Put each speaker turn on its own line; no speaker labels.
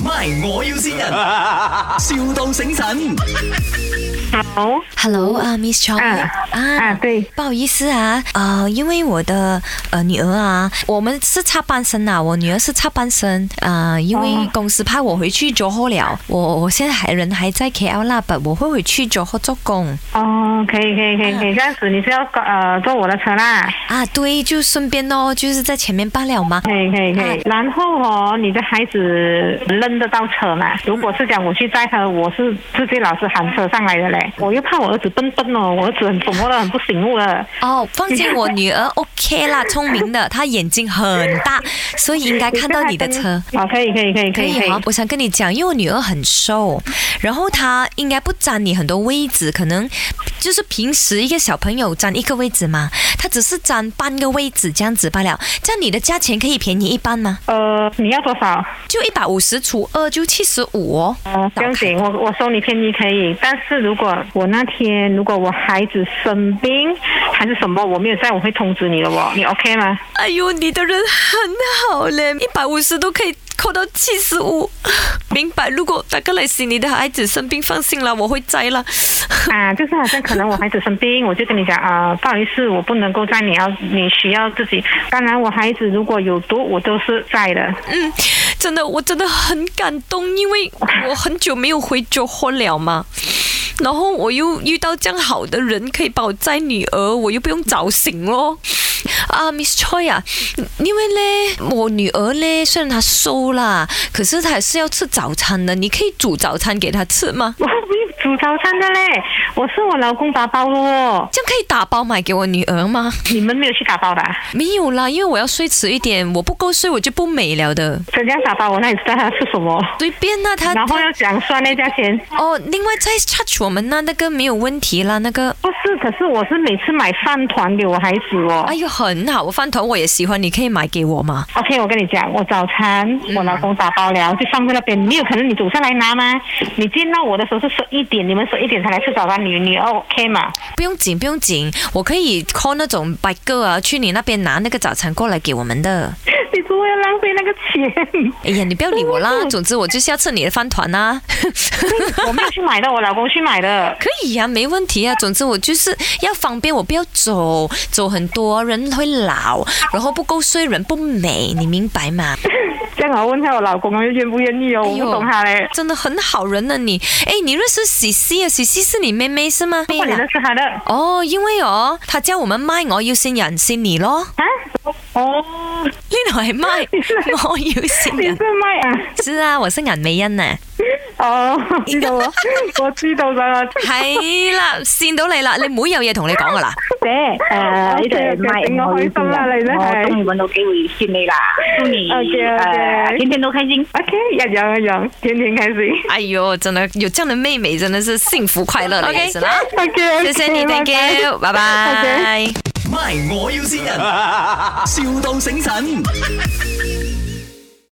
My，我要先人，, 笑到醒神。
好
Hello 啊、m i s s Chong
啊啊，对，
不好意思啊，呃，因为我的呃女儿啊，我们是插班生啊，我女儿是插班生，呃，因为
哦
公司派我回去 Johor 了，我我现在还人还在 KL 啦，but 我会回去 Johor 做工
哦，可以可以可以可以，这样子你是要呃坐我的车啦，
啊，对，就顺便哦，就是在前面罢了嘛。
可以可以可
啊
以。然后哦，你的孩子认得到车嘛？如果是讲我去载他，我是直接老师喊车上来的嘞，我又怕我儿子笨笨哦，我儿子很怎么了，很不醒啊悟了。
哦，放心，我女儿 OK 啦，聪明的，她眼睛很大，所以应该 看到你的车。
啊，可以可以可以可
可
以
以
可以
哈，，我想跟你讲，因为我女儿很瘦，然后她应该不占你很多位置，可能就是平时一个小朋友占一个位置嘛，她只是占半个位置这样子罢了。这样你的价钱可以便宜一半吗？
呃，你要多少？
就一百五十除二就七十五哦。
哦，不用紧，我我收你便宜可以，但是如果我那天如果我孩子生病还是什么，我没有在，我会通知你的哦，你 OK 吗？
哎呦，你的人很好嘞，一百五十都可以扣到七十五。明白，如果大哥来洗你的孩子生病，放心啦，我会摘啦。
啊，就是好像可能我孩子生病，我就跟你讲啊、不好意思，我不能够在，你要你需要自己。当然，我孩子如果有毒，我都是在的。
嗯，真的，我真的很感动，因为我很久没有回酒喝了嘛。然后我又遇到这样好的人，可以把我载女儿，我又不用早醒咯。啊，Miss Choi 啊，因为嘞，我女儿嘞，虽然她瘦啦，可是她还是要吃早餐的。你可以煮早餐给她吃吗？
我不用煮早餐的嘞，我是我老公打包的哦。
这样可以打包买给我女儿吗？
你们没有去打包的、啊？
没有啦，因为我要睡迟一点，我不够睡我就不美了的。
怎样打包？我那里知道他吃什么。
随便啦，她
然后
她
要讲算那价钱。
哦，另外再 charge 我们那那个没有问题啦，那个
不是，可是我是每次买饭团给我孩子哦。
哎呦，很好，我饭团我也喜欢，你可以买给我吗？
OK，我跟你讲，我早餐我老公打包了，就放在那边。没有可能你走上来拿吗？你见到我的时候是十一点，你们十一点才来吃早餐，你你 OK 嘛？
不用紧，不用紧，我可以 call 那种白哥啊，去你那边拿那个早餐过来给我们的。
你不会浪费那个 钱。
哎呀，你不要理我啦，总之我就是要吃你的饭团啊。
我没有去买的，我老公去买的。
可以呀、没问题啊。总之我就是要方便，我不要走，走很多啊人会老，然后不够睡，人不美，你明白吗？
这样我问下我老公愿不愿意哦，我不懂他嘞。
真的很好人呢、你。哎，你认识喜喜啊？喜喜是你妹妹是吗？
我认识他的啊？
哦，因为哦，他叫我们麦，我要先人先你咯。
哦，
呢度系麦，我要先
你
人。
是卖啊？
是啊，我是颜美欣啊。
哦，知道啊， 我知道咗。
系啦，跣到你啦，你妹有嘢同你讲噶啦。
姐，誒啊呢度係
啊 OK，OK，整個
麥，
開心啦你真係
我終於揾到機會 見你啦，祝你
呃 OK，OK
誒天天都開心。
OK，一样一样，天天开心。
哎呦，真的有这样的妹妹，真的是幸福快乐的也是 啦。
OK，
谢谢你，thank you，拜
OK
拜。
My，我要先人，,笑到醒神。